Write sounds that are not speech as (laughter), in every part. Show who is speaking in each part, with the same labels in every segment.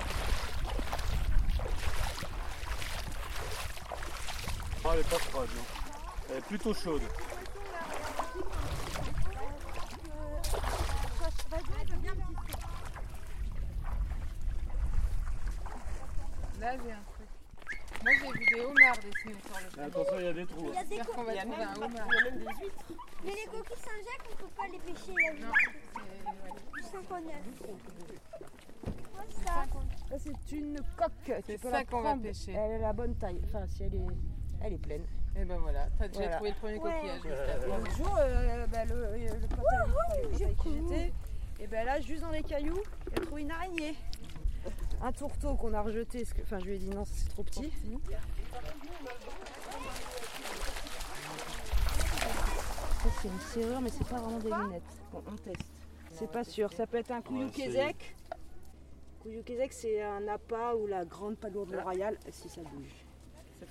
Speaker 1: Non, Ah, elle est pas froide, non. Elle est plutôt chaude.
Speaker 2: Là, j'ai un truc. Moi, j'ai vu des homards dessinés sur le
Speaker 1: Mais
Speaker 2: chemin.
Speaker 1: attention, il y a des trous.
Speaker 3: Il y
Speaker 1: hein.
Speaker 3: a des
Speaker 2: J'espère qu'on
Speaker 3: coquilles.
Speaker 2: va trouver un homard.
Speaker 3: Mais les coquilles Saint-Jacques, on ne peut pas les pêcher. Il y a
Speaker 2: Non,
Speaker 3: du 59. Quoi, ça
Speaker 4: Là, c'est une coque. Tu
Speaker 2: C'est
Speaker 4: peux
Speaker 2: ça
Speaker 4: la
Speaker 2: qu'on va
Speaker 4: prendre.
Speaker 2: pêcher.
Speaker 4: Elle est la bonne taille. Enfin, si elle est, elle est pleine.
Speaker 2: Et ben voilà, t'as déjà
Speaker 4: Voilà.
Speaker 2: trouvé le premier
Speaker 3: Ouais.
Speaker 2: coquillage. juste après.
Speaker 4: L'autre jour, euh, bah, le, euh, le pote avec- enfin, le pote avec qui j'étais, et ben là, juste dans les cailloux, j'ai trouvé une araignée. Un tourteau qu'on a rejeté. parce que- Enfin, je lui ai dit non, ça, c'est trop petit. Ça, c'est une serrure, mais c'est pas vraiment des lunettes. Bon, on teste. C'est pas sûr. Ça peut être un kouyoukezek. Kouyoukezek, c'est un appât ou la grande palourde royale, si ça bouge.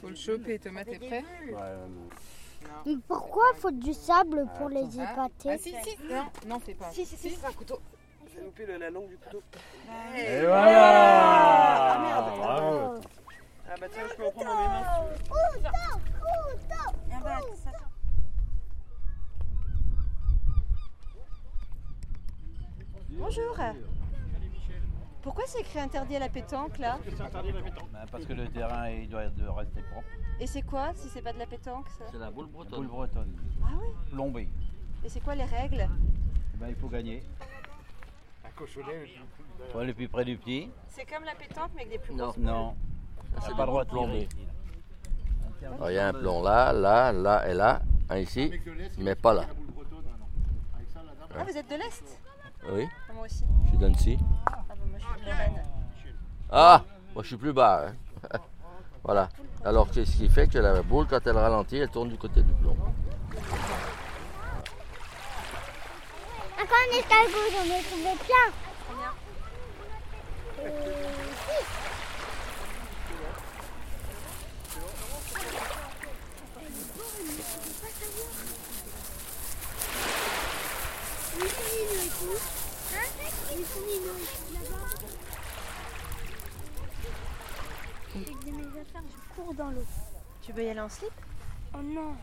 Speaker 2: Faut le choper, Thomas, t'es prêt Hein
Speaker 5: Mais pourquoi faut du sable pour les
Speaker 2: Ah,
Speaker 5: épater
Speaker 2: ah, si, si, non, non, fais pas.
Speaker 4: Si, si, si, c'est un couteau.
Speaker 2: Ah,
Speaker 1: Et voilà Ah, Bravo.
Speaker 6: Bonjour. Pourquoi c'est écrit interdit à la pétanque là
Speaker 7: Bah, Parce que le terrain il doit de rester propre.
Speaker 6: Et c'est quoi si c'est pas de la pétanque ça
Speaker 8: C'est la boule
Speaker 7: La
Speaker 8: bretonne.
Speaker 7: boule bretonne,
Speaker 6: Ah oui
Speaker 7: plombée.
Speaker 6: Et c'est quoi les règles
Speaker 7: Eh ben, il faut gagner. Soit le plus près du petit.
Speaker 6: C'est comme la pétanque mais avec des plus
Speaker 8: Non,
Speaker 7: Non, c'est pas droit de plomber.
Speaker 8: Alors, Oh, il y a un plomb là, là, là et là, un ici, mais pas là.
Speaker 6: Ah vous êtes de l'Est
Speaker 8: Euh, Oui,
Speaker 6: Ah, Moi aussi.
Speaker 8: je suis d'Annecy.
Speaker 6: Ah bah moi je suis de Lorraine.
Speaker 8: Ah, moi je suis plus bas. hein. (laughs) voilà. Alors qu'est-ce qui fait que la boule, quand elle ralentit, elle tourne du côté du plomb.
Speaker 5: Encore un escargot, j'en ai trouvé plein.
Speaker 3: Les soulignons et tout. Les soulignons et tout, là-bas. Avec de mes affaires, je cours dans l'eau.
Speaker 6: Tu veux y aller en slip
Speaker 3: Oh non